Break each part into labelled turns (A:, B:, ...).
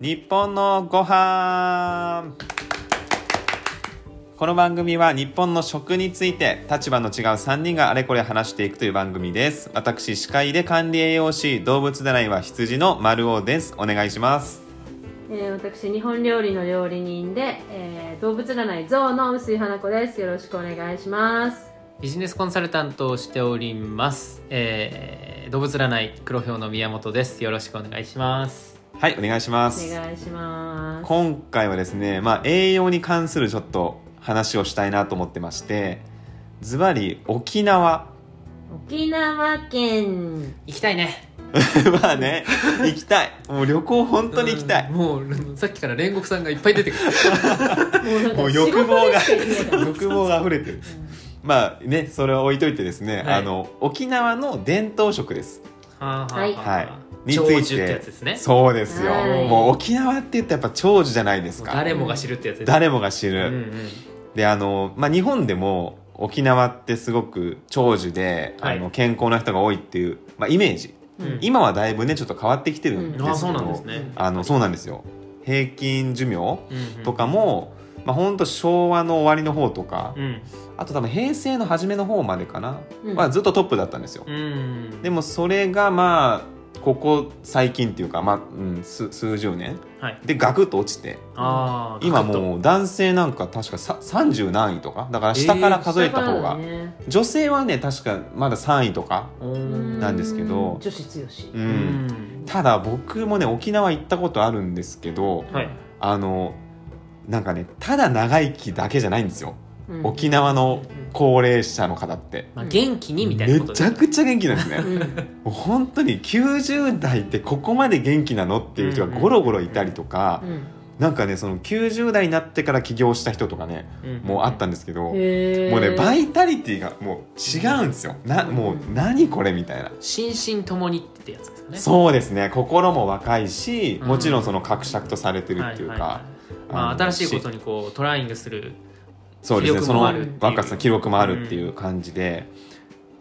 A: 日本のご飯この番組は日本の食について立場の違う3人があれこれ話していくという番組です私司会で管理栄養士動物占いは羊の丸尾ですお願いします
B: えー、私日本料理の料理人で、えー、動物占い象の薄井花子ですよろしくお願いします
C: ビジネスコンサルタントをしております、えー動物占い黒豹の宮本ですよろしくお願いします
A: はいお願いしま
B: お
A: す
B: 願いします
A: 今回はですね、まあ、栄養に関するちょっと話をしたいなと思ってましてズバリ沖縄
B: 沖縄県
C: 行きたいね
A: まあね行きたいもう旅行本当に行きたい
C: うんもうさっきから煉獄さんがいっぱい出てくる
B: もうなんか
A: もう欲望が
B: 仕事でしか言えない
A: 欲望が溢れてるまあねそれは置いといてですね、
C: はい
A: あの沖縄の伝統食です
C: は
B: はい
A: はい
C: 長
A: に
C: 寿
A: つい
C: って
A: て
C: やつですね
A: そうですよ、
B: はい
A: もう沖縄って言ったらやっぱ長寿じゃないですか
C: 誰もが知るってやつです
A: 誰もが知
C: うんう
A: る、
C: ん
A: であの、まあ、日本でも沖縄ってすごく長寿で、
C: はい
A: あの健康な人が多いっていう、まあ、イメージ
C: うん
A: 今はだいぶねちょっと変わってきてるんですけど、
C: あそうなんですね
A: あのそうなんですよ平均寿命
C: うんうん
A: とかも、まあ、ほんと昭和の終わりの方とか、
C: うん
A: あと多分平成の初めの方までかな、
B: うん
A: まあ、ずっとトップだったんですよ、
C: うん
A: でもそれがまあここ最近っていうか、まあうん、数数十年
C: はい
A: でガクッと落ちて
C: あー
A: 今
C: ガクッと
A: もう男性なんか確かさ30何位とかだから下から数えた方が、
B: ね
A: 女性はね確かまだ3位とか
C: おー
B: うん
A: なんですけど
B: 女子強し
A: うん、
C: うん
A: ただ僕もね沖縄行ったことあるんですけど
C: はい
A: あのなんかねただ長生きだけじゃないんですよ
B: うん
A: 沖縄の高齢者の方って。
C: まあ元気にみたいな
A: め
C: こと
A: ちゃくちゃ元気なんですね
B: うん
A: もう本当に90代ってここまで元気なのっていう人がゴロゴロいたりとか、
B: うん
A: なんかねその90代になってから起業した人とかねもうあったん
C: で
A: ですけど、
B: へー
A: もうねバイタリティがもう違うんですよ、なもう何これみたいな、
C: 心身ともにってやつですよね
A: そうですね心も若いし
C: うん
A: もちろんその格尺とされてるっていうか、
C: はははま
A: あ
C: あ、
A: の
C: 新しいことにこうトライングする
A: そうですね
C: 気
A: そ
C: 力もあ
A: の
C: るっていう
A: 若さ記録もあるっていう感じで、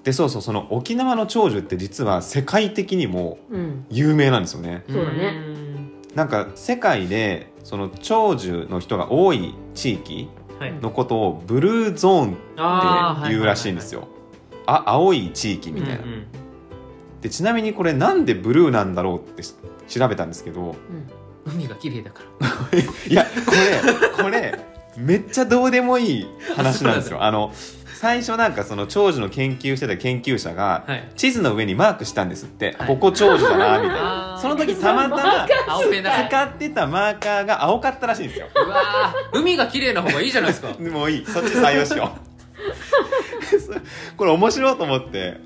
A: でそうそうその沖縄の長寿って実は世界的にも
B: うん
A: 有名なんですよね
B: そうだね
C: ん
A: なんか世界でその長寿の人が多い地域
C: はい
A: のことをブルーゾーン
C: あ
A: っ
C: ー
A: て言うらしいんです
C: よ
A: よ。あ青い地域みたいな、でちなみにこれなんでブルーなんだろうってし調べたんですけど
B: うん
C: 海が綺麗だから
A: いやこれこれめっちゃどうでもいい話なんですよ。あの最初なんかその長寿の研究してた研究者が
C: はい
A: 地図の上にマークしたんですって、
C: はい
A: ここ長寿だなみたい
C: あ
A: な
C: ー
A: その時たまたま
C: 青ペンだ
A: 使ってたマーカーが青かったらしいんですよ。
C: うわー海が綺麗な方がいいじゃないですか
A: もうい いそっち採用しようそこれ面白いと思って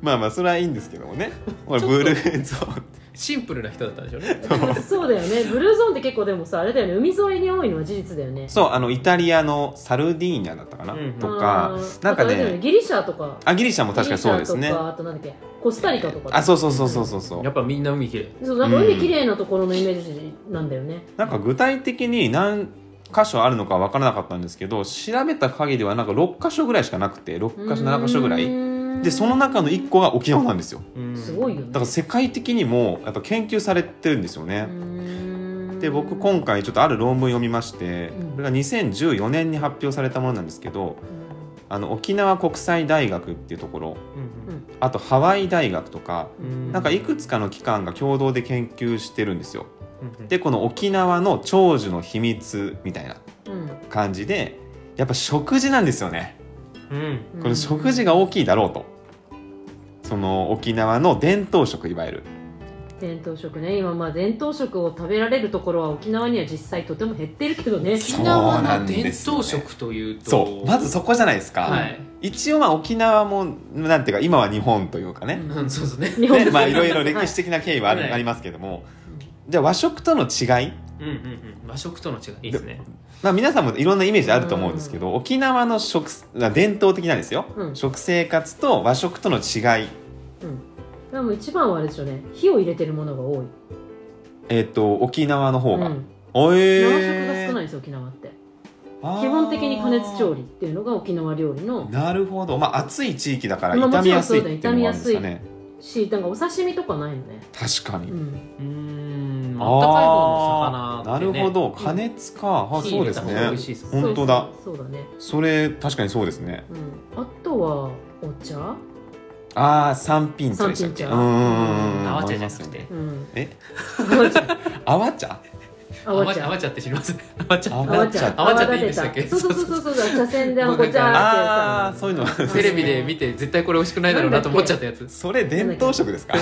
A: まあまあそれはいいんですけどもねこれブルーゾーン
C: シンプルな人だったんでしょうね
B: そうだよねブルーゾーンって結構でもさあれだよね海沿いに多いのは事実だよね
A: そうあのイタリアのサルディーニャだったかな、
C: うん
A: と
B: あ
A: か
B: ー
A: なんか
B: あとあれだよ
A: ね
B: ギリシャとか
A: あギリシャも確かにそうです
B: ギリ
A: ね
B: シャとかあとなんだっけコスタリカとか
A: あそうそうそうそうそうそ
C: やっ
A: う
C: ぱみんな海綺麗
B: そうなんか海綺麗なところのイメージなんだよね、
A: なんか具体的に何箇所あるのか分からなかったんですけど調べた限りはなんか6箇所ぐらいしかなくて6箇所7箇所ぐらいでその中の1個が沖縄なんですよ
C: うん
B: すごいよね
A: だから世界的にもやっぱ研究されてるんですよね、で僕今回ちょっとある論文読みまして
B: うん
A: これが2014年に発表されたものなんですけどあの沖縄国際大学っていうところ
C: うん
A: あとハワイ大学とか
C: うん
A: なんかいくつかの機関が共同で研究してるんですよ。
C: うん
A: でこの沖縄の長寿の秘密みたいな感じでやっぱ食事なんですよね。
C: うん
A: これ食事が大きいだろうと。その沖縄の伝統食いわゆる
B: 伝統食ね今まあ伝統食を食べられるところは沖縄には実際とても減ってるけどね
C: 沖
A: う
C: 縄
A: なん
C: の
A: ですよね
C: 伝統食というと
A: そうまずそこじゃないですか、
C: はい
A: 一応まあ沖縄もなんていうか今は日本というかね、
C: うんそうですね
B: 日
A: ね
B: 本
A: まあいろいろ歴史
B: 的
A: 的な経緯はある、
C: はい
A: ありますけどもじゃあ和食との違い、
C: うんうんうん和食との違いいいですね
A: まあ、皆さんもいろんなイメージあると思うんですけど、沖縄の食伝統的なんですよ、
B: うん
A: 食生活と和食との違い
B: でも一番はあれですよね火を入れてるものが多い
A: えっ、と沖縄の方が、
B: うん
A: おえ
B: 洋食が
A: ー
B: 少ないんですよ沖縄って
A: あー
B: 基本的に加熱調理っていうのが沖縄料理の
A: なるほどまあ暑い地域だから
B: まあ
A: 傷みやすいっ
B: もちろん
A: て
B: そうだ
A: いうのもあるんですかね、
B: しなんかお刺身とかないのね、
A: 確かに、
B: うん、
C: うーんあったかい方の魚
A: あ
C: って、
A: ー
C: ね、
A: なるほど加熱か、あ
C: 火
A: そう
C: 入
A: で
C: れた
A: す
C: 方が美味しい
A: ね
C: ですもんね
A: 本当だ
B: そうそうそうだね、
A: それ確かにそうですね
B: うん、あとはお茶
A: ああ三品茶でしたっけ
B: 三品
A: うんう
B: 茶
A: んうんうん
C: 泡茶じゃなくて
B: うん
A: え
B: 泡茶
A: 泡茶
B: 泡
C: 泡茶
B: 茶
C: 泡茶って知ります泡茶
A: 泡
B: 泡茶
C: 泡茶って言うんでしたっけ
B: そうそうそうそうそう茶筅でお
C: もう
B: 茶っ
C: なん
B: て
C: か
B: さ
A: ああーそういうの
C: テレビで見て絶対これ美味しくないだろうなと思っちゃったやつ
A: それ伝統食ですか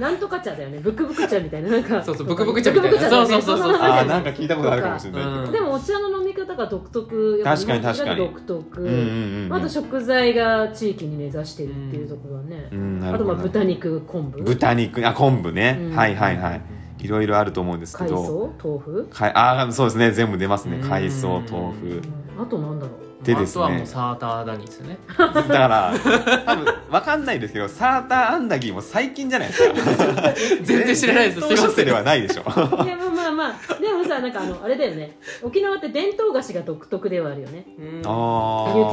B: なんとか茶だよねブクブク茶みたいななんか
C: そうそうブクブク茶みたい
B: ブ
C: な
B: クブク茶だよね
C: そうそうそうそう
A: ああ
B: の話だ
A: な
B: よ
A: ん
B: ね
A: か聞いたことあるかもしれない
C: うん
B: でもお茶の飲み方が独特やっぱ
A: 確かに
B: 日本人が
A: 確かに
B: 独特、
A: うんうんう
B: あ
A: ん
B: と食材が地域に根ざしてるっていうところはね、
A: うんな
B: あ
A: る
B: と
A: ほ
B: まあ
A: ど
B: 豚肉昆布
A: 豚肉あ昆布ね、
B: うん
A: はいはいはいいろいろあると思うんですけ
B: 海
A: ど
B: 藻豆腐、
A: かいああそうですね全部出ますね
C: うん
A: 海藻豆腐
B: うんあとなんだろう
A: でですね
C: あとはもうサーターアンダギーですよね
A: だから多分わかんないですけどサーターアンダギーも最近じゃないですか
C: 全然知らないですす
A: 伝
C: いま
A: 統食
C: せ
A: で
C: ん
A: はないでしょ
B: いやまあまあまあでもさなんかあのあれだよね沖縄って伝統菓子が独特ではあるよね
C: う
A: 琉
B: 琉
C: ん
B: 球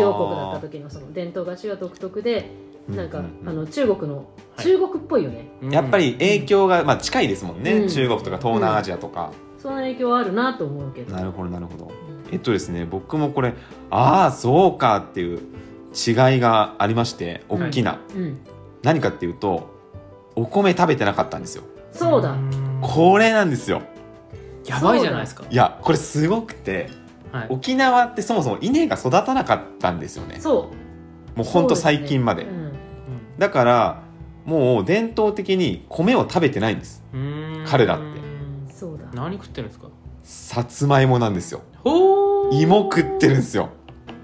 B: 王国だった時のその伝統菓子が独特でなんか、あの中国の、
C: はい
B: 中国っぽいよね
C: うん
A: やっぱり影響が、まあ、近いですもんね、
B: うん
A: 中国とか東南アジアとか、
B: その影響はあるなと思うけど
A: なるほどなるほど
B: うん
A: えっとですね僕もこれああそうかっていう違いがありまして大きな、
B: うん
A: 何かっていうとお米食べてなかったんですよ
B: そうだ
C: ん
A: これなんですよ
C: やばいじゃないですか
A: いやこれすごくて
C: はい
A: 沖縄ってそもそも稲が育たなかったんですよね
B: そ
A: もう
B: う
A: ほんと最近まで
B: うん
A: だからもう伝統的に米を食べてないんです
C: うん
A: 彼らって
B: そうだ
C: 何食ってるんですか
A: さつまいもなんですよ
C: ほー
A: 芋食ってるんですよ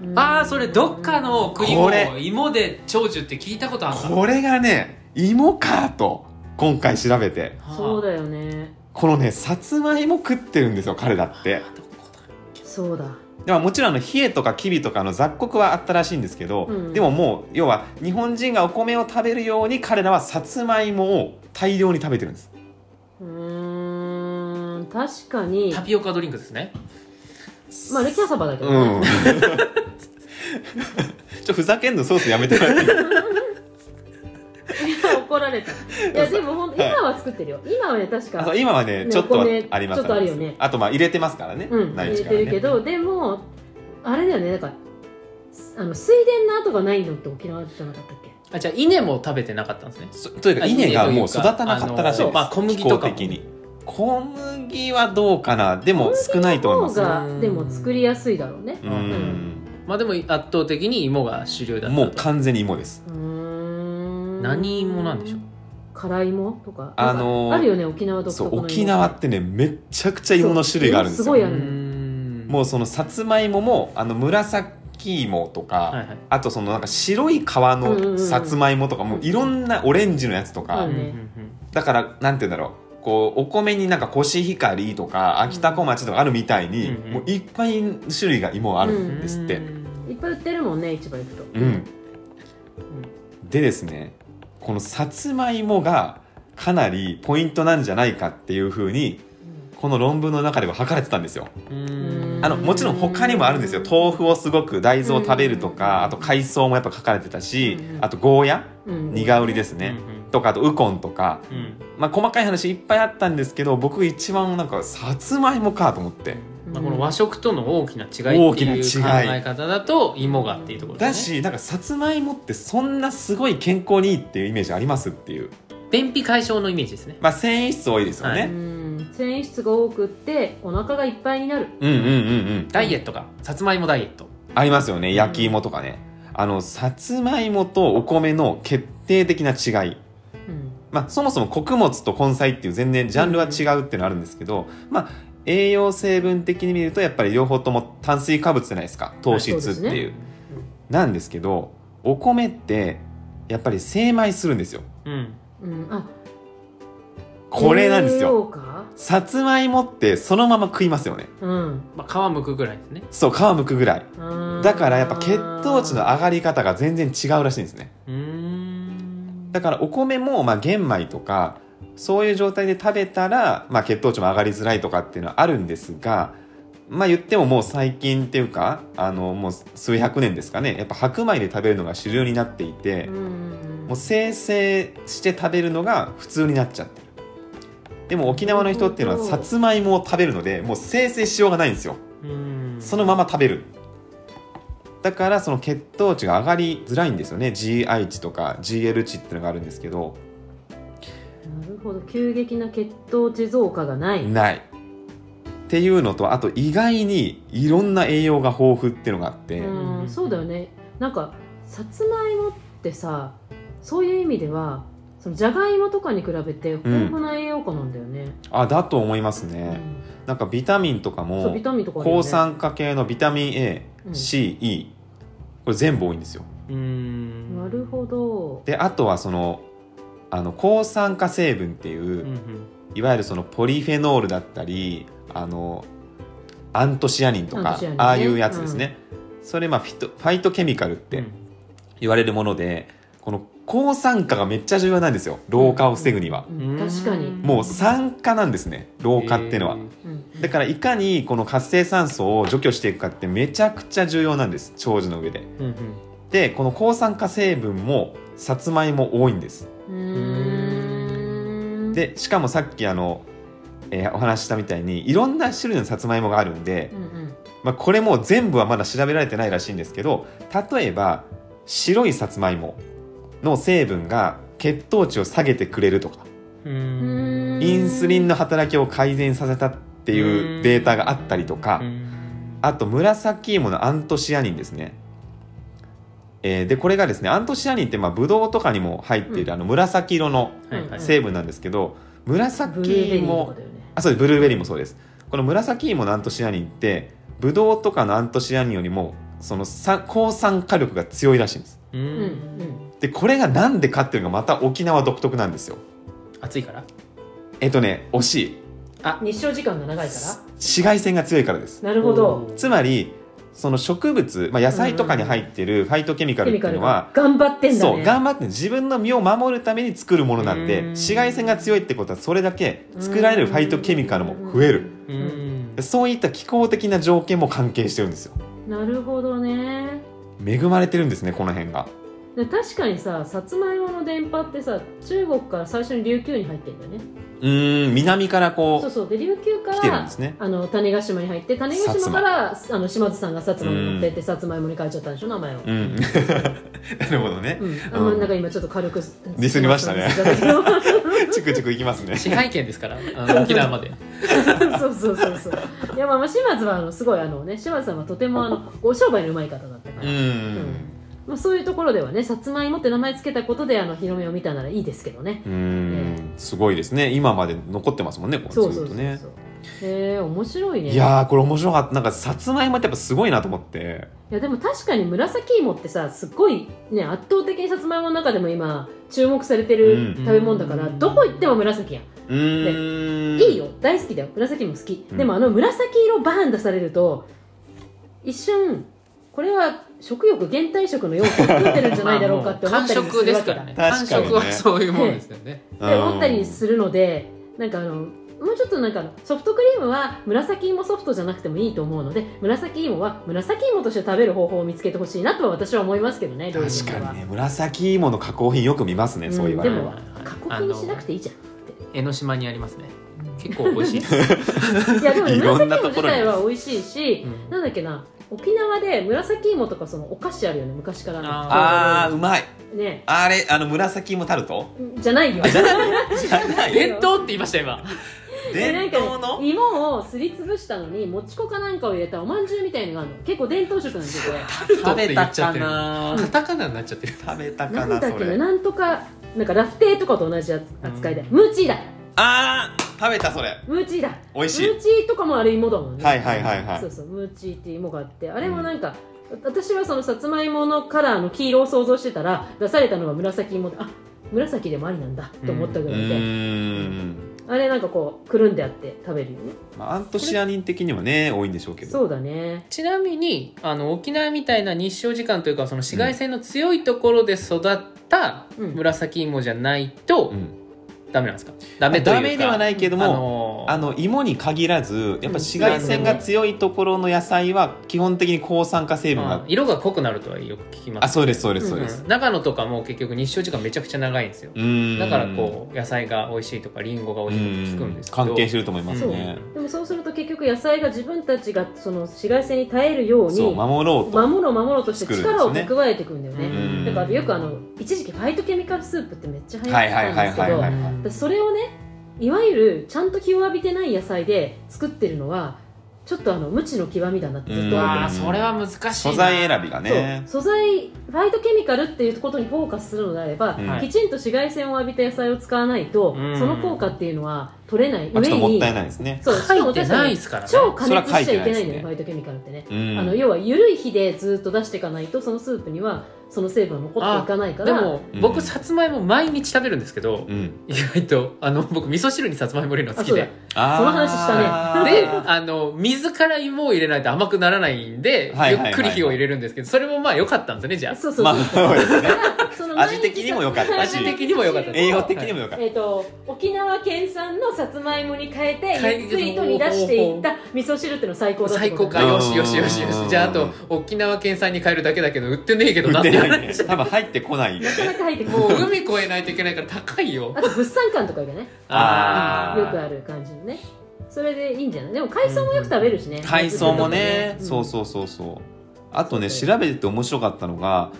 B: うん
C: あーそれどっかの国
A: こ
C: も
A: れ
C: 芋で長寿って聞いたことある
A: これがね芋かと今回調べて
B: そう
C: よ
B: だよね
A: このねさつまいも食ってるんですよ彼らって
B: そうだ
A: でももちろんあの冷えとかきびとかの雑穀はあったらしいんですけど、
B: うん
A: でももう要は日本人がお米を食べるように彼らはさつまいもを大量に食べてるんです
B: うーん確かに
C: タピオカドリンクですね
B: まあレキャサバだけど
A: う
B: ね
A: ん ちょふざけんのソースやめてもらっていい
B: いや 怒られたいやでも本当今は作ってるよ今はね確
A: あ
B: か
A: そう今はね
B: ね
A: ちょっと
B: お
A: は
B: 米
A: あります
B: ちょっとあるよね
A: あとまあ入れてますからね、
B: うん、
A: 内
B: 入
A: 地か
B: れ
A: ら
B: て
A: ね
B: るけど、でもあれだよねなんかあの水田の跡がないのって沖縄じゃなかったっけ
C: あじゃあ稲も食べてなかったんですね
A: そというか稲がもう育たなかったらしいです、
C: あのまあ小麦とか
A: 気候的に小麦はどうかなでも少ないと思います
B: 方
A: よ
B: が
C: うん
B: でも作りやすいだろうね
A: う
C: が
A: ん
C: まあでも圧倒的に芋が主流だったと
A: もう完全に芋です
B: うーん
C: 何芋なんでしょう
B: 辛いもとか
A: あのー
B: あるよね沖縄独
A: そ
B: 特の
A: う
B: 芋
A: 沖縄ってねめっちゃくちゃ芋の種類があるんです
B: そう
A: よ
B: すごいある
C: ん
A: もうそのさつまいももあの紫芋とか、
C: はいはい
A: あとそのなんか白い皮
B: うんうんう
A: の
B: ん
A: さつまいもとかもういろんなオレンジのやつとか、
B: うん
A: だからなんて言うんだろうこうお米になんかコシヒカリとか秋田小町とかあるみたいに、
C: うんうん
A: もういっぱい種類が芋あるんですって、
B: いっぱい売ってるもんね市場行くと
A: うんでですねこのさつまいもがかなりポイントなんじゃないかっていうふうにこの論文の中では書かれてたんですよ
C: うん
A: あのもちろん他にもあるんですよ豆腐をすごく大豆を食べると
B: うん
A: かあと海藻もやっぱ書かれてたし
B: うん
A: あとゴーヤ
B: うん
A: 苦売りです
C: うん
A: ねとかあとウコンとか
C: うんうん
A: まあ細かい話いっぱいあったんですけど僕一番なんかさつまいもかと思って
C: まあ、この和食との大きな違いっていう考
A: 大きな違
C: え方だと芋がっていうところ
A: だ
C: ですね
A: しなんかさつまいもってそんなすごい健康にいいっていうイメージありますっていう
C: 便秘解消のイメージですね
A: まあ繊維質多いですよ
B: う
A: ね、
B: ん繊維質が多くってお腹がいっぱいになる
A: うんうんうんうん
C: ダイエットがさつまいもダイエット
A: ありますよね焼き芋とかね、あのさつまいもとお米の決定的な違い
B: うん
A: まあ、そもそも穀物と根菜っていう全然ジャンルは違うっていうのはあるんですけど、まあ、栄養成分的に見るとやっぱり両方とも炭水化物じゃないですか糖質っていう,、
B: はいそうです
A: なんですけどお米ってやっぱり精米するんですよ
C: うん
B: うんあ
A: これなんです
B: 栄
A: よ
B: 養価
A: さつまいもってそのまま食いますよね
B: うん
C: まあ皮むくぐらいですね
A: そう皮むくぐらい
B: あー
A: だからやっぱ血糖値の上がり方が全然違うらしいんですね
C: うーん
A: だからお米もまあ玄米とかそういう状態で食べたら、まあ、血糖値も上がりづらいとかっていうのはあるんですがまあ言ってももう最近っていうかあのもう数百年ですかねやっぱ白米で食べるのが主流になっていて
B: うん
A: もう生成して食べるのが普通になっちゃってるでも沖縄の人っていうのは
B: なるほ
A: さ
B: ど
A: つまいもを食べるのでもう生成しようがないんですよ
C: うん
A: そのまま食べるだからその血糖値が上がりづらいんですよね GI 値とか GL 値っていうのがあるんですけど
B: なるほど急激な血糖値増加がない
A: ないっていうのとあと意外にいろんな栄養が豊富っていうのがあって、
B: う、
C: うんん
B: そうだよねなんかさつまいもってさそういう意味ではそのじゃがいもとかに比べて豊富な栄養価なんだよね、
A: あだと思います
B: うん
A: ね、なんかビタミンとか
B: そう
A: も
B: ビタミンとかあるよね
A: 抗酸化系のビタミン A、
B: うん
A: C、E これ全部多いんですよ
C: うん
B: なるほど
A: であとはそのあの抗酸化成分っていう、
C: うん
A: いわゆるそのポリフェノールだったりあのアントシアニンと
B: アン
A: か
B: トシアニンね
A: ああいうやつですね、それまあフィトファイトケミカルっ
C: う
A: て
C: ん
A: 言われるもので、この抗酸化がめっちゃ重要なんですよ老化を防ぐには、
B: うん確かに、
A: もう酸化なんですね老化っていうのは、
B: うん
A: だからいかにこの活性酸素を除去していくかってめちゃくちゃ重要なんです長寿の上で
C: うんうん
A: でこの抗酸化成分もさつまいも多いんです
B: うーん、
A: でしかもさっきあの、えーお話ししたみたいにいろんな種類のさつまいもがあるんで
B: う、んうん
A: まあ、これも全部はまだ調べられてないらしいんですけど例えば白いさつまいもの成分が血糖値を下げてくれるとか
C: う
B: うんーん
A: インスリンの働きを改善させたっていうデータがあったりとか
C: うん
A: あと紫芋のアントシアニンですね。えーでこれがですねアントシアニンってまあブドウとかにも入っている、
B: うん
A: あの紫色の
C: はいはい
A: 成分なんですけど、
B: ブルーベ
A: 紫
B: リーと
A: 芋
B: かだよね
A: あそうですブルーベリーもそうですこの紫芋のアントシアニンってブドウとかのアントシアニンよりもその酸抗酸化力が強いらしいんです
C: う
B: うんんうん
A: でこれがなんでかっていうのがまた沖縄独特なんですよ
C: 暑いから
A: えっとね惜しい
B: 日照時間が長いか
A: 紫外線が強いからです
B: らなるほど
A: つまりその植物、まあ、野菜とかに入ってるファイトケミカ
B: ケ
A: ルっ
B: ミ
A: て
B: カ
A: いう
B: ル
A: のは
B: が頑張ってんだ
A: そう
B: ね
A: 頑張って自分の身を守るために作るものなんで
C: うん
A: 紫外線が強いってことはそれだけ作られるファイトケミカルも増える
B: う
C: うんん
A: でそういった気候的な条件も関係してるんですよ
B: なるほどね
A: 恵まれてるんですねこの辺が
B: で確かにささつまいもの電波ってさ中国から最初に琉球に入ってんだよね
A: うーん南からこ
B: そう
A: う
B: そうで琉球か
A: 来てるん
B: ら
A: ですね
B: あの種子島に入って種子島からあの島津さんがさつまいも持ってってさつまいもに変えちゃったんでしょ名前を、
A: うん なるほど ね
B: うんあんまなんか今ちょっと軽くデ
A: ィスりましたね
B: そ
A: チクチクいきますね
C: 支配権ですからあの沖縄まで
B: う そうそうそういやまあまあ島津はあのすごいあのね島津さんはとてもあのお商売のうまい方だったか
A: う
B: ら、
A: ん
B: まあ、そういうところではねさつまいもって名前つけたことであの広めを見たならいいですけどね
A: うーんすごいですね今まで残ってますもんねこ
B: そうう
A: ず
B: そう
A: っ
B: そ
A: と
B: うそう
A: ね
B: へえ面白いね
A: いやーこれ面白かったなんかさつまいもってやっぱすごいなと思って
B: いやでも確かに紫芋ってさすっごいね圧倒的にさつまいもの中でも今注目されてる
A: うん
B: 食べ物だから、
C: うん
B: どこ行っても紫やん、
A: うーん
B: いいよ大好きだよ紫も好き、
A: うん
B: でもあの紫色バーン出されると一瞬これは食欲減退食の要素を含んでるんじゃないだろうかって思
C: まあ
B: ったり
C: もう
B: もするわ
C: 完食
B: け
C: で
B: だ
C: すからね
A: 確
C: 完
A: かにね
C: 食はそういうもんですよね
B: って思ったりするのでなんかあのもうちょっとなんかソフトクリームは紫芋ソフトじゃなくてもいいと思うので紫芋は紫芋として食べる方法を見つけてほしいなとは私は思いますけどね料理の人は
A: 確かにね紫芋の加工品よく見ますね、
B: うん
A: そう言わ
B: で
A: れる
B: も
A: わ
B: 過酷にしなくていいじゃん
C: 江ノ島にありますね結構美味しいです、
B: いやでも
A: いろ
B: 紫
A: んな
B: 芋
A: と
B: 自
A: ころに
B: 体は美味しいし
C: う、
B: なんだっけな沖縄で紫芋とかそのお菓子あるよね昔からの
A: あーうまい
B: ね
A: あれあの紫芋タル ト
B: じゃないよ
A: じゃないじゃない
C: 伝統って言いました今
B: で
A: 伝統
B: なんか
A: の
B: ね芋をすりつぶしたのにもち粉かなんかを入れたおまんじゅうみたいのがあるの結構伝統食なんですよこれ
A: 食べたかな
C: カタカナになっちゃってる
A: 食べたか
B: なん
A: な
B: だっ
A: そ
B: けな
A: れ
B: なんとかなんかラフテーとかと同じやつ扱いで、ムーチーだ
A: あー食べたそれ
B: ムーチーだ
A: 美味し
B: ム
A: い
B: ーチーとかもあれ芋だもんね
A: はいはいはいはい
B: そうそうムーチーっていう芋があってあれもなんか、私はそのさつまいものカラーの黄色を想像してたら出されたのが紫芋であ紫でもありなんだと思った
A: う
B: ぐらいで、
A: ーん
B: あれなんかこうくるんであって食べるよね
A: まあアントシアニン的にもね多いんでしょうけど
B: そうだね
C: ちなみにあの沖縄みたいな日照時間というかその紫外線の強いところで育った
B: うん
C: 紫芋じゃないと、
A: うん
C: ダメなんですかダメという
A: ダ
C: か
A: メではないけども
C: あの
A: あの芋に限らずやっぱ紫外線が強いところの野菜は基本的に抗酸化成分が、
C: うん色が濃くなるとはよく聞きます
A: あそうですそうですそうで
C: う
A: す
C: ん長野とかも結局日照時間めちゃくちゃ長いんですよ
A: うん
C: だからこう野菜が美味しいとかりんごが美味しいとか聞くんですけど
A: 関係してると思いますね、
B: でもそうすると結局野菜が自分たちがその紫外線に耐えるよう
A: そ
B: に
A: う守ろうと
B: 守ろう守ろうとして力
A: 作
B: を
A: るんです
B: 蓄えていくんだよ
C: う
B: ね
A: ん
B: だからよくあの一時期ファイトケミカルスープってめっちゃ流行
A: は
B: っ
A: い
B: て
A: はいは
B: た
A: い
B: んです
A: は
B: け
A: い
B: ど
A: は
B: だ
A: い、
C: う
B: から
C: ん
B: それをねいわゆるちゃんと日を浴びてない野菜で作ってるのはちょっとあの無知の極みだなってずっと思って
A: うん
B: ま
A: う
B: す
A: ん
C: わあそれは難しいな
A: 素材選びがね
B: そう素材ファイトケミカルっていうことにフォーカスするのであれば、
A: うん
B: きちんと紫外線を浴びた野菜を使わないと、
C: うん
B: その効果っていうのは取れない
A: まあ、ちょっともったい
B: い
A: ないですね
B: そうしか
C: 書
B: も
C: いて
B: 確か
C: ないで
B: に
C: すからね
B: 超加熱しちゃいけないんだよ
A: そ
B: ね
A: れは書いてないですね
B: ファイトケミカルってね、
A: うん
B: あの要は緩い火でずっと出していかないとそのスープにはその成分が残っていかないか
C: で
B: ら
C: も
A: うん
C: 僕さつまいも毎日食べるんですけど
A: うん
C: 意外とあの僕味噌汁にさつまいも入れるの好
B: あ
C: き
B: そうだ
C: で
A: あー
B: その話した
C: であの水から芋を入れないと甘くならないんで
A: はいはいはいはい
C: ゆっくり火を入れるんですけどそれもまあ良かったんですよねじゃ
B: そうそうそう、
A: まあそうですね
B: その毎日
A: 味的にも良かったし
C: 味的にも良かった
A: 栄養的にも良かった、
B: えー、と沖縄県産のさつまいもに変え
C: 変え
B: てゆっくりと煮出していった味噌汁っていうの最高
C: あ
B: だと
C: 最
B: 思う
C: 高か
A: うん
C: よしよしよしよしじゃああと沖縄県産に変えるだけだ けど売ってねえけどなって
A: 売ってない
C: 話
A: ね多分入ってこないよ
B: なかな
A: ね
B: か入ってくる
C: もう海越えないといけないから高いよ
B: あと物産館とかがね
A: あー
B: よくある感じのねそれでいいんじゃないでも海藻もよく食べるしね、
A: 海藻もね、
B: うん
A: そうそうそうそうあとね調べてて面白かったのが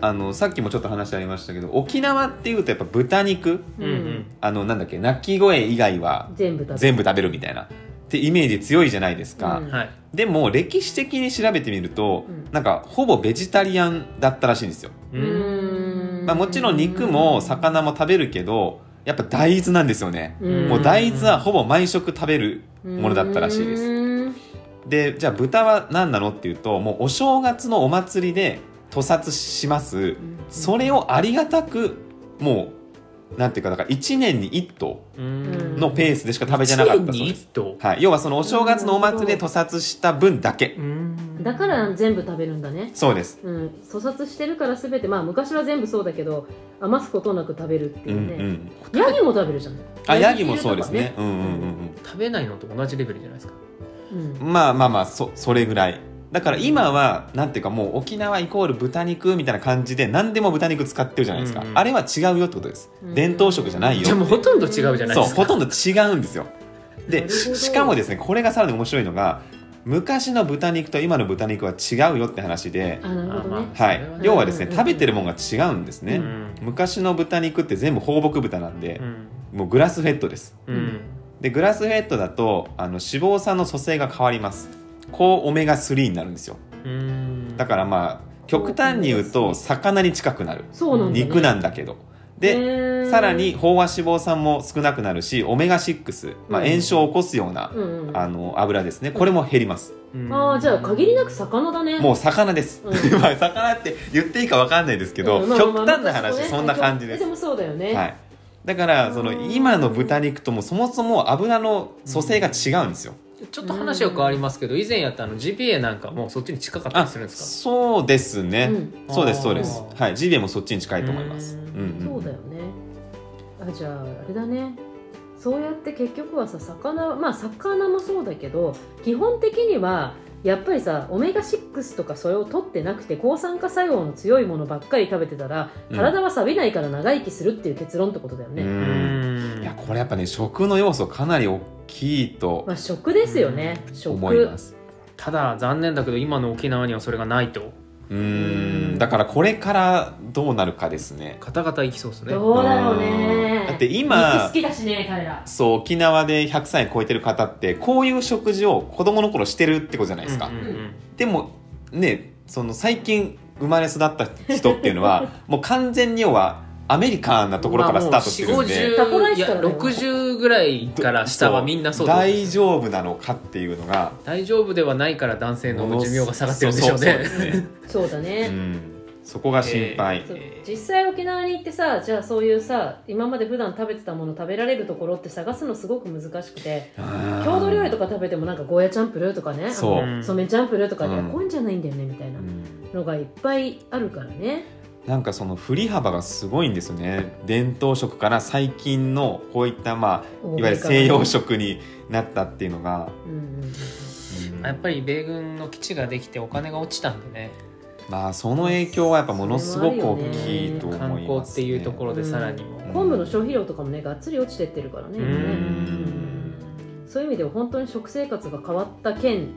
A: あのさっきもちょっと話ありましたけど沖縄っていうとやっぱ豚肉
C: うんうん
A: あのなんだっけ鳴き声以外は
B: 全部食べる
A: 全部食べるみたいなってイメージ強いじゃないですか、
B: うん
C: はい
A: でも歴史的に調べてみると、
B: うん
A: なんかほぼベジタリアンだったらしいんですよ、
B: う
C: う
B: ーん
A: まあ、もちろん肉も魚も食べるけどやっぱ大豆なんですよね、
B: うん
A: もう大豆はほぼ毎食食べるものだったらしいです
B: うん
A: でじゃあ豚は何なのっていうともうお正月のお祭りで屠殺しますそれをありがたくもうなんていうかだから1年に1頭
C: うん
A: のペースでしか食べてなかったそう
C: 一年に
A: です、
C: 一頭
A: はい、要はそのお正月のお祭りで屠殺した分だけ
C: うん
B: だから全部食べるんだね
A: そうです
B: うん、屠殺してるから全てまあ昔は全部そうだけど余すことなく食べるって
A: う
B: い
A: んう
B: うね、
A: ん
B: ヤギも食べるじゃん
A: あヤギもそうですねうんうん
C: 食べないのと同じレベルじゃないですか
B: うん
A: うんうんまあまあまあそそれぐらいだから今はなんていうかもう沖縄イコール豚肉みたいな感じで何でも豚肉使ってるじゃないですか、
C: うんうん
A: あれは違うよってことです、
B: うん
A: 伝統食じゃないよ
C: じゃあもうほとんど違うじゃないです
A: そう
C: か
A: ほとんど違うんですよ
B: なる
A: で
B: ほど
A: ししかもですねこれがさらに面白いのが昔の豚肉と今の豚肉は違うよって話で、
B: あなるほどね
C: あ
A: は
C: それ
A: い
C: はね、
A: 要はです
B: う
A: ね
B: んうん
A: 食べてるもんが違うんですね、
C: うん
A: 昔の豚肉って全部放牧豚なんで
C: う、ん
A: もうグラスフェッドです
C: うん
A: でグラスフェッドだとあの脂肪酸の組成が変わります高オメガ3になるんですよ
C: うん
A: だからまあ極端に言うと魚に近くなる
B: そうなんだ、ね、
A: 肉なんだけどで、
B: へー
A: さらに飽和脂肪酸も少なくなるしオメガ6、まあ、
B: うん
A: 炎症を起こすような、
B: うんうん
A: あの油ですねこれも減ります、
C: うん
B: あーじゃあ限りなく魚だね
A: もう魚です、
B: う
A: まあ魚って言っていいか分かんないですけど、
B: うんまあまあ
A: 極端な
B: まあ
A: 話、
B: そうね
A: そんな感じで、
B: ですもそうだよね、
A: はい、だからその
B: うん
A: 今の豚肉ともそもそも油の組成が違うんですよ、
C: ちょっと話は変わりますけど以前やったあの GPA なんかもうそっちに近かったりするんですか
A: そうですね、
B: うん
A: そうですそうです
C: あー
A: はいジビエもそっちに近いと思います、
C: う
A: うんん
B: そうだよねあじゃああれだねそうやって結局はさ魚まあ魚もそうだけど基本的にはやっぱりさオメガ6とかそれを取ってなくて抗酸化作用の強いものばっかり食べてたら
A: うん
B: 体は錆びないから長生きするっていう結論ってことだよね、
A: う
C: うんん
A: いやこれやっぱね食の要素かなり大きいと
B: まあ食ですよね、食
A: 思います、
C: ただ残念だけど今の沖縄にはそれがないと
A: うーんだからこれからどうなるかですね
C: 方々いきそうですね
B: どうだろうね
A: うんだって
B: 肉
A: 今
B: 好きだしね彼ら
A: そう沖縄で100歳超えてる方ってこういう食事を子供の頃してるってことじゃないですか、
C: うんうんうん
A: でもねその最近生まれ育った人っていうの はもう完全に要はアメリカンなところからスタートしてるんで、
B: まあもう40 50
C: いや60ぐらいから下はみんなそう
A: そう
C: です
A: 大丈夫なのかっていうのが
C: 大丈夫ではないから男性の寿命が下がってるんでしょう
A: そうそう
C: ね
A: そうで すね、
B: そうだね、
A: うん、そこが心配、
B: そう実際沖縄に行ってさじゃあそういうさ今まで普段食べてたもの食べられるところって探すのすごく難しくて
A: あー
B: 郷土料理とか食べてもなんかゴーヤチャンプルーとかね
A: そう
B: あのそうめんチャンプルーとかで、
A: うん
B: こういうんじゃないんだよねみたいな
A: うん
B: のがいっぱいあるからね
A: なんかその振り幅がすごいんですよね伝統食から最近のこういったまあいわゆる西洋食になったっていうのが、
B: うんうんうん
A: うん
C: やっぱり米軍の基地ができてお金が落ちたんでね
A: まあその影響はやっぱものすごく大きいと思います、
C: 観
A: ね、
C: 光っていうところでさらにも、
A: うん
B: 昆布の消費量とかもねがっつり落ちてってるからね
C: う
B: 今
C: ん
B: ねそういう意味では本当に食生活が変わった県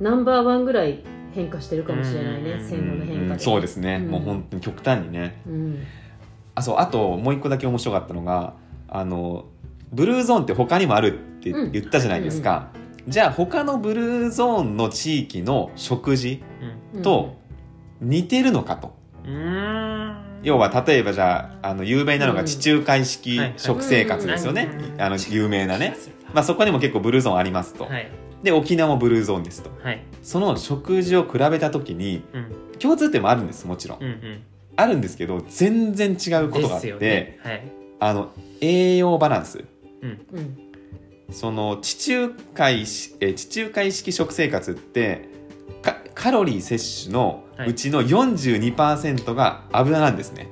B: ナンバーワンぐらい変化してるかもしれないね
C: うん
B: 戦後の変化で
A: そうですね、
B: うん
A: もう本当に極端にね
B: うん
A: あそうあともう一個だけ面白かったのがあのブルーゾーンって他にもあるって
B: うん
A: 言ったじゃないですか、じゃあ他のブルーゾーンの地域の食事
B: うん
A: と似てるのかと、
C: うんうん
A: 要は例えばじゃああの有名なのが地中海式
C: うん
A: 食生活ですよね、
C: うん
A: あの有名なね、まあ、そこにも結構ブルーゾーンありますと、
C: はい
A: で沖縄もブルーゾーンですと
C: はい
A: その食事を比べた時に
C: うん
A: 共通点もあるんですもちろん、
C: うんうん
A: あるんですけど全然違うことがあっ
C: で
A: て、
C: すよねはい
A: あの栄養バランス
B: うん
A: その地中海しえー地中海式食生活ってカカロリー摂取のうちの42%が油なんですね、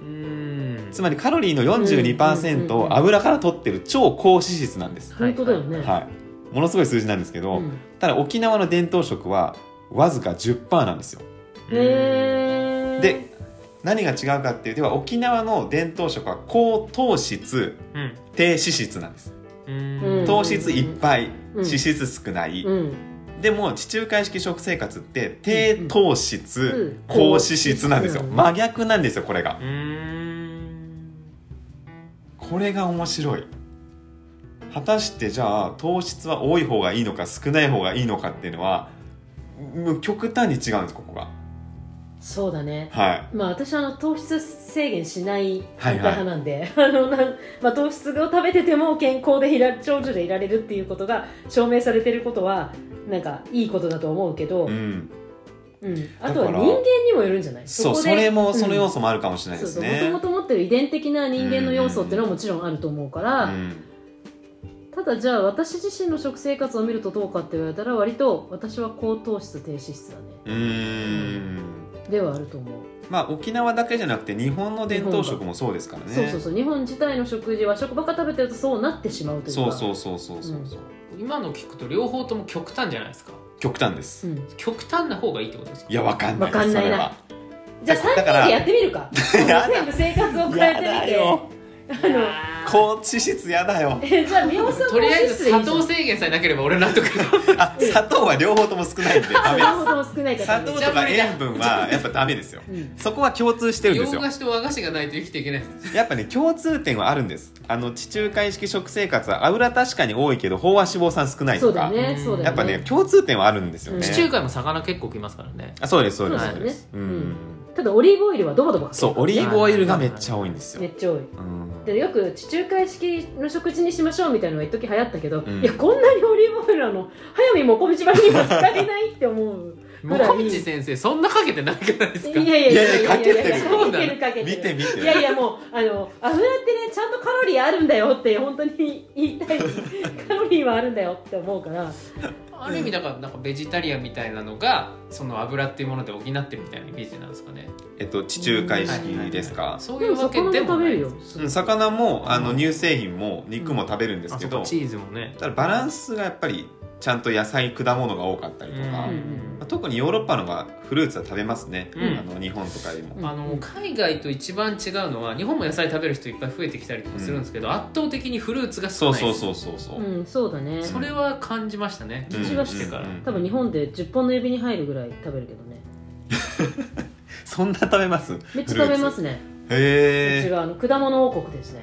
C: うん
A: つまりカロリーの42%を油から取ってる超高脂質なんです、
B: 本当だよね
A: はい、ものすごい数字なんですけど、
B: うん
A: ただ沖縄の伝統食はわずか10%なんですよ
B: へー
A: で何が違うかっていうと要は沖縄の伝統食は高糖質
C: うん
A: 低脂質なんです
C: うん
A: 糖質いっぱい、
B: うん
A: 脂質少ない、
B: うん
A: でも地中海式食生活って低糖質、
B: うん
A: 高脂質なんですよ、
B: うん
A: 真逆なんですよこれが
C: うん
A: これが面白い果たしてじゃあ糖質は多い方がいいのか少ない方がいいのかっていうのはもう極端に違うんですここが
B: そうだね
A: はい
B: まあ私はあの糖質制限しない
A: はいはい
B: 反対派なんで、 あのなんまあ、糖質を食べてても健康でいら長寿でいられるっていうことが証明されてることはなんかいいことだと思うけど、う
A: うんん
B: あとは
A: だから
B: 人間にもよるんじゃない
A: そう
B: こ
A: そ
B: で
A: れも
B: ん
A: その要素もあるかもしれない
B: そ
A: で
B: う
A: す
B: そうもと
A: ね
B: もと持ってる遺伝的な人間の要素っていうのはもちろんあると思うから、
A: うん
B: ただじゃあ私自身の食生活を見るとどうかって言われたら割と私は高糖質低脂質だね
A: うーん
B: ではあると思う、
A: まあ沖縄だけじゃなくて日本の伝統食もそうですからね
B: そうそうそう日本自体の食事和食ばっか食べてるとそうなってしまうという
A: そ
B: か
A: うそうそうそうそうそう
C: 今の聞くと両方とも極端じゃないですか
A: 極端です、
B: うん
C: 極端な方がいいってことですか
A: いやわかんない
B: わかんない
A: それ
B: な
A: は
B: じゃあ
A: だ
B: 3
A: だから
B: 人でやってみるか
A: やだ
B: 全部生活を変えてみ
A: やだ
B: て
A: よ
C: あの
A: 高脂質やだよ
B: えじゃあ美穂さん
C: とりあえず砂糖
B: 糖
C: 制限さえなければ俺なんとか
A: あ砂糖は両方とも少ないんでダメ
B: ほ
A: で
B: ど少ないか
A: す
B: ら
A: 砂
B: ね
A: 糖とか塩分はやっぱダメですよ
B: うん
A: そこは共通してるん
C: 洋
A: ですよ
C: 菓子と和菓子がないと生きていけないです
A: やっぱね共通点はあるんですあの地中海式食生活は油確かに多いけど飽和脂肪酸少ない
B: そ
A: と
B: う
A: か、
B: だよね
C: うん
B: そうだよね
A: やっぱね共通点はあるんですよね、
B: うん
C: 地中海も魚結構来ますからね
A: あそうですそうです
C: そう
A: そう
C: だ
B: よ
A: で
B: ね
A: す、う
B: うん
A: ん、
B: ただオリーブオイルはドバドバかける
A: そうオリーブオイルがめっちゃ多いんですよ、
B: めっちゃ多い
A: うん
B: でよく地中海式の食事にしましょうみたいなのが一時流行ったけど、
A: うん
B: いやこんなにオリーブオイルなの早見もこみちばりには使えないって思う
C: もこみち先生そんなかけてなくないです
B: い
C: か
B: やいやいや
A: いやいやかけてる
B: かけてるかけてる
A: 見て見て
B: いやいやもうあの油ってねちゃんとカロリーあるんだよって本当に言いたいカロリーはあるんだよって思うから
C: ある意味だからなんかベジタリアンみたいなのがその油っていうもので補ってるみたいなイメージなんですかね
A: えっと地中海式ですか、
C: そう
B: で
C: いう
B: も
C: わけ
B: 魚も
C: でも
B: 食
C: な
B: べ
C: い
B: るよ
A: うん、魚もあの乳製品も肉も食べるんです
C: あ
A: け
C: そ
A: ど、
C: こチーズもね
A: ただバランスがやっぱりちゃんと野菜果物が多かったりとか、
B: うん
A: まあ特にヨーロッパのがフルーツは食べますね、
C: うん
A: あの日本とかよりも、
B: うん
C: あの海外と一番違うのは日本も野菜食べる人いっぱい増えてきたりとかするんですけど、圧倒的にフルーツが
A: そう
C: 少ない
A: そうそうそうそう、
B: うんそうだね
C: それは感じましたね
A: うん
B: 口が
C: してから
A: うん
B: 多分日本で10本の指に入るぐらい食べるけどね
A: そんな食べます
B: めっちゃ食べます
A: ね
B: ねうち
A: へえ
B: はあの果物王国ですね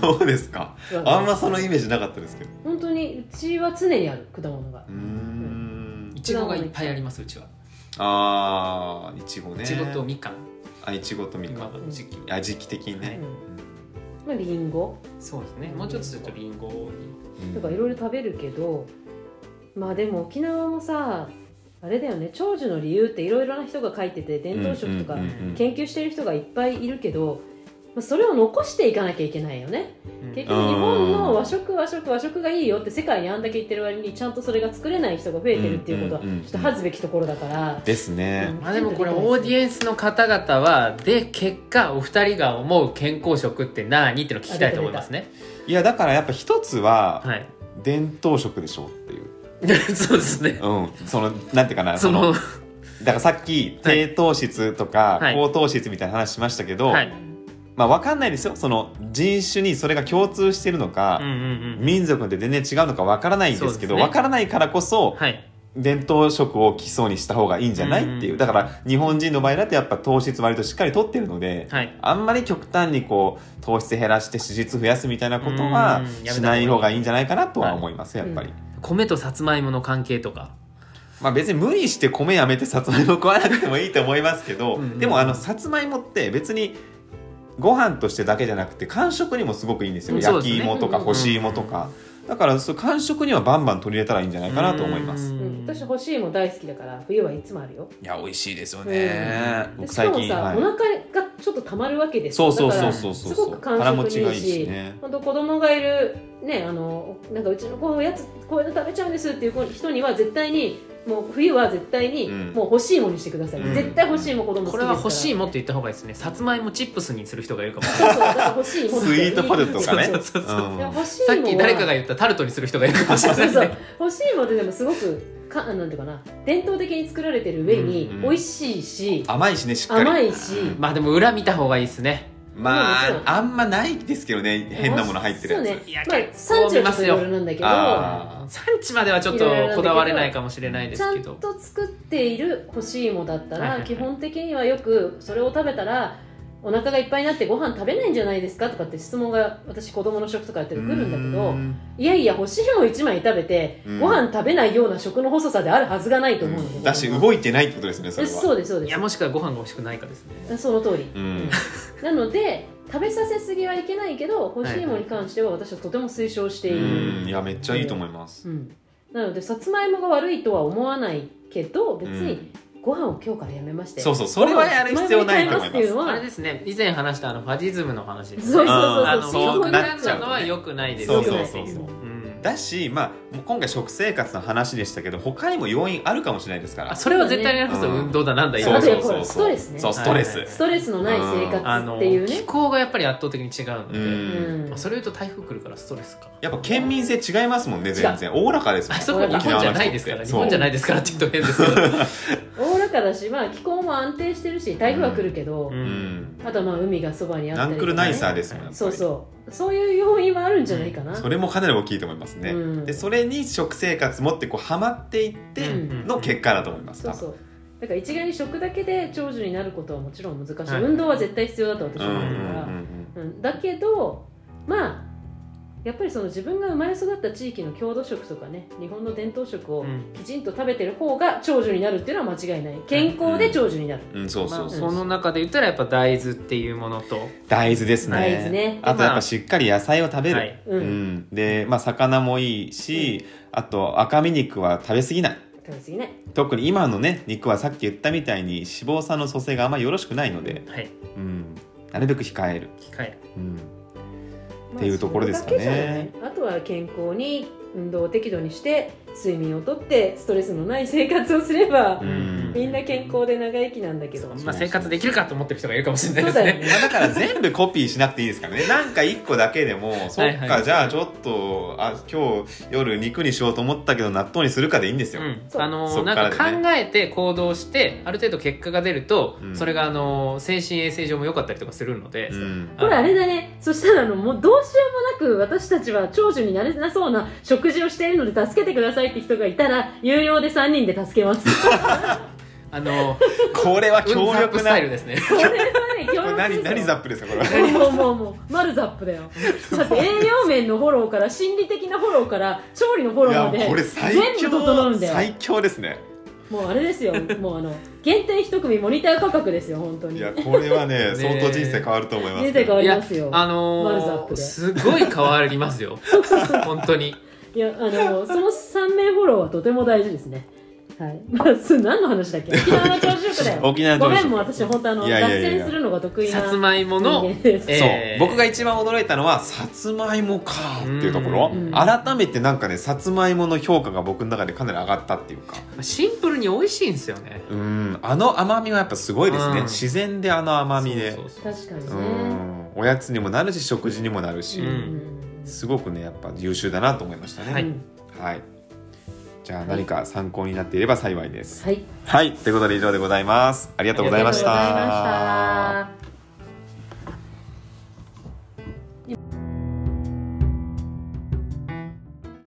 A: そうですか
B: 我が
A: あんまそのイメージなかったですけど
B: 本当にうちは常にある果物が
A: うーん
C: いちごがいっぱいありますうちは
A: あーいちごね
C: いちごとみかん
A: あいちごとみか
C: 今
A: ん
C: の時期
A: あ時期的にね、
B: まあ、リンゴ
C: そうですねもうちょっとするとりんご
A: うん
B: とかいろいろ食べるけどまあでも沖縄もさあれだよね長寿の理由っていろいろな人が書いてて伝統食とか
A: うんうんうんうん
B: 研究してる人がいっぱいいるけど、まあそれを残していかなきゃいけないよね
C: うん
B: 結局日本の和食和食和食がいいよって世界にあんだけ言ってる割にちゃんとそれが作れない人が増えてるっていうことは
A: う
B: ち
A: んうんうん
B: ょっと恥ずべきところだから、
A: ですね。
C: まあでもこれオーディエンスの方々はで結果お二人が思う健康食って何っていうのを聞きたいと思いますね
A: いやだからやっぱ一つは
C: はい
A: 伝統食でしょっていう。
C: そうですね
A: うん。そのなんていうかな。
C: その
A: だからさっき低糖質とか
C: はい
A: 高糖質みたいな話しましたけど、
C: はい
A: まあわかんないですよ。その人種にそれが共通してるのか。
C: うんうん
A: 民族で全然違うのかわからないんですけ
C: そ
A: ど
C: うです
A: わ、
C: ね
A: からないからこ
C: うん
A: そ
C: はい
A: 伝統食を基礎にした方がいいんじゃないっていううんだから日本人の場合だとやっぱ糖質割としっかりとってるので、
C: はい
A: あんまり極端にこう糖質減らして脂質増やすみたいなこと
C: う
A: は
C: んやめた方がいい
A: しない方がいいんじゃないかなとは思います、
B: はい
A: やっぱり、
B: う
C: 米とさつまいもの関係とか
A: まあ別に無理して米やめてさつまいも食わなくてもいいと思いますけど
C: うん
A: でもあのさつまいもって別にご飯としてだけじゃなくて間食にもすごくいいんですよ、
C: うんそう
A: 焼
C: です
A: き
C: ね
A: 芋とか
B: うん
A: 干し芋とか、だからそう間食にはバンバン取り入れたらいいんじゃないかなと思います
C: う
B: うん
C: ん
B: 私欲しいも大好きだから冬はいつもあるよ
A: いや美味しいですよ
B: ねで
A: 僕
B: しか
A: 最
B: も
A: 近
B: さ、
A: はい
B: お腹がちょっとたまるわけです
A: そ
B: よ
A: うそう
B: だか
A: そ
B: ら
A: うそうそう
B: すご
A: そう
B: く感
A: 腹持
B: 触
A: ちがいい
B: いい
A: し
B: し
A: ね
B: 本当子供がいるねあのなんかうちの子おやつこういうの食べちゃうんですっていう子人には絶対にもう冬は絶対に
A: うん
B: もう欲しいものにしてください、
A: うん
B: 絶対欲しいもん子供好きです
C: こ
B: か
C: れ
B: ら
C: は欲しいもって言った方がいいですねさつまいもチップスにする人がいるかも
B: そうそうだから欲しいもんって
A: スイートポテトとかね
C: そうそうそうそう
A: うん
B: いや欲しい
C: さ
B: もん
C: っ
B: は
C: き誰かが言ったタルトにする人がいるかもしれな
B: そう
C: い
B: そう
C: ね
B: 欲しいもんってでもすごくかなんていうかな伝統的に作られてる上に
A: うんうん
B: 美味しいし、
A: 甘いしねしっかり
B: 甘いし、
C: まあでも裏見た方がいいですね
A: ま
B: そうそう
A: ああんまないですけどね変なもの入ってるやつ
B: そうね
C: いや
B: まあ
C: 結構
B: 産地
C: 見
B: はちょっと
C: ます
B: い
C: よ
B: ろいろなんだけど
A: あ
C: 産地まではちょっとこだわれないかもしれないで
B: ちゃ
C: すけ
B: ん
C: ど
B: と作っている干し芋だった
C: はいはい
B: ら
C: はい
B: 基本的にはよくそれを食べたらお腹がいっぱいになってご飯食べないんじゃないですかとかって質問が私子供の食とかやってる来るんだけどいやいや干し芋1枚食べて
A: うん
B: ご飯食べないような食の細さであるはずがないと思うの
A: う
B: で
A: んだし
B: い
A: 動いてないってことですねそれは
B: そうですそう
C: い
B: で
C: やもしくはご飯が美味しくないかですね
B: すその通り
A: うん
B: なので食べさせすぎはいけないけど干し芋に関しては私はとても推奨している
A: うんいやめっちゃいいと思います
B: うん、なのでさつまいもが悪いとは思わないけど別にご飯を今日からやめまして、
A: そうそうそれはやる必要ないと思います
B: さつまいもに変えますっ
C: あれ
B: ていうのは
C: ですね以前話したあのファジズムの話です
B: そうそう
A: うん
C: ね
B: そ
C: あ
B: う
C: の
B: そう
A: そう
C: そうな
A: な
C: っ
A: っ
C: ち
A: ち
C: ゃ
A: ゃ
C: う
A: うと
C: の
A: ね
C: は良くないです
A: そ
C: よ
A: う
C: ね
A: そうそうそうだしまあもう今回食生活の話でしたけど他にも要因あるかもしれないですか
C: あ
A: ら
C: それは絶対にありますよ、
A: うん
C: 運動だなんだ
A: そうそう
B: あ
A: そ
B: とやっぱり
A: う
B: ストレスね
A: そうストレス
C: はいはい
B: ストレスのない生
C: あ
B: 活
C: の
B: っていう
C: 気
B: ね、
C: 候がやっぱり圧倒的に違うので、
A: うん
B: うん
C: まあ、それを言うと台風来るからストレスか
A: やっぱ県民性違いますもんね全然おおらかですも
C: あ
A: ん
C: そこ日本じゃないですから
A: 沖縄の人って
C: 日本じゃないですからって言うと変ですけど、
B: おおらかだし、まあ、気候も安定してるし台風は来るけど、
C: うん
A: うん
B: あとはまあ海がそばにあった
A: ナン
B: りと
A: ク
B: か、
A: ルナイサーですもんやっぱり
B: そうそうそういう要因はあるんじゃないかな、
A: それもかなり大きいと思いますね、
B: うん
A: でそれに食生活もってこうハマっていって
B: うん
A: の結果だと思います、
B: そうそうだから一概に食だけで長寿になることはもちろん難しい、
C: はい
B: 運動は絶対必要だと私
A: う
B: は
A: んうん
B: 思ってるから、
A: うん
B: うん、だけどまあやっぱりその自分が生まれ育った地域の郷土食とかね日本の伝統食を
C: うん
B: きちんと食べてる方が長寿になるっていうのは間違いない健康で長寿になる、
A: うんうんそうそうそう、
C: まあその中で言ったらやっぱ大豆っていうものと、
A: 大豆ですね
B: 大豆ね
A: あとやっぱしっかり野菜を食べる、
C: はい
B: うん
A: うんで、まあ、魚もいいし、あと赤身肉は食べ過ぎない
B: 食べ過ぎね
A: 特に今のね肉はさっき言ったみたいに脂肪酸の組成があんまりよろしくないので、
C: はい、
A: うん、なるべく控える、
C: 機械
A: うん、っていうところですかね
B: まあそれだけじゃないあとは健康に運動を適度にして睡眠をとってストレスのない生活をすれば
A: うん
B: みんな健康で長生きなんだけど、
C: まあ生活できるかと思ってる人がいるかもしれないです
B: そうだ
C: ね
B: よね
A: まあだから全部コピーしなくていいですからねなんか1個だけでもそ
C: はい
A: っかじゃあちょっとあ今日夜肉にしようと思ったけど納豆にするかでいいんですよ、
C: う
B: そ
C: ん、
B: う
C: あの
A: そっか
C: な
A: ら
C: ん
A: でね
C: か考えて行動してある程度結果が出ると、
A: うん
C: それがあの精神衛生上も良かったりとかするので、
A: うん
B: これあれだねそしたらあのもうどうしようもなく私たちは長寿になれなそうな食事をしているので助けてくださいって人がいたら有料で3人で助けますこ
C: あの
A: これは強
C: 運ザッ
A: 力
C: プスタ
A: な
C: イルですね
B: れはね協
A: これ
B: 力
A: 何何ザ
B: ッ
A: ップですかこれは
B: プもうもうもうマルザップだよだって栄養面のフォローから心理的なフォローから調理のフォロ
A: い
B: ー
A: や
B: まで
A: これ最
B: 全部整うん
A: 強
B: だよ
A: 最強ですね
B: もうあれですよもうあの限定一組モニター価格ですよ本当に
A: いやこれはね
C: ね
A: 相当人生変わると思います
B: 人生変わ
C: い
B: り
C: や
B: ますよ
C: あ
B: マルザッ
C: の
B: プ
C: ー、
B: です
C: ごい変わりま すよ本当に
B: いやあのその3名フォローはとても大事ですねはい。まあ、す何の話だっけ沖縄の朝食だよ。
A: 沖縄
B: ご
A: 朝
B: めん、
A: 食
B: もう私、本当あの、
A: いやいやいやい
B: 脱
A: や
B: 線するのが得意な
C: さつまいも
B: 人
C: の
B: 間です。
C: えー
A: そう僕が一番驚いたのはさつまいもかっていうところ、
B: うん
A: 改めてなんかねさつまいもの評価が僕の中でかなり上がったっていうか
C: シンプルに美味しいんですよね
A: うんあの甘みはやっぱすごいですね、
C: うん
A: 自然であの甘みで
C: そうそうそう
B: 確かに
A: う
B: ね。
A: んおやつにもなるし食事にもなるし、
C: うん
A: すごくねやっぱ優秀だなと思いましたね
C: はい
A: はいじゃあ何か参考になっていれば幸いです
B: はい。
A: はい、ということで以上でございますありがとうございました
B: ありがとうございました。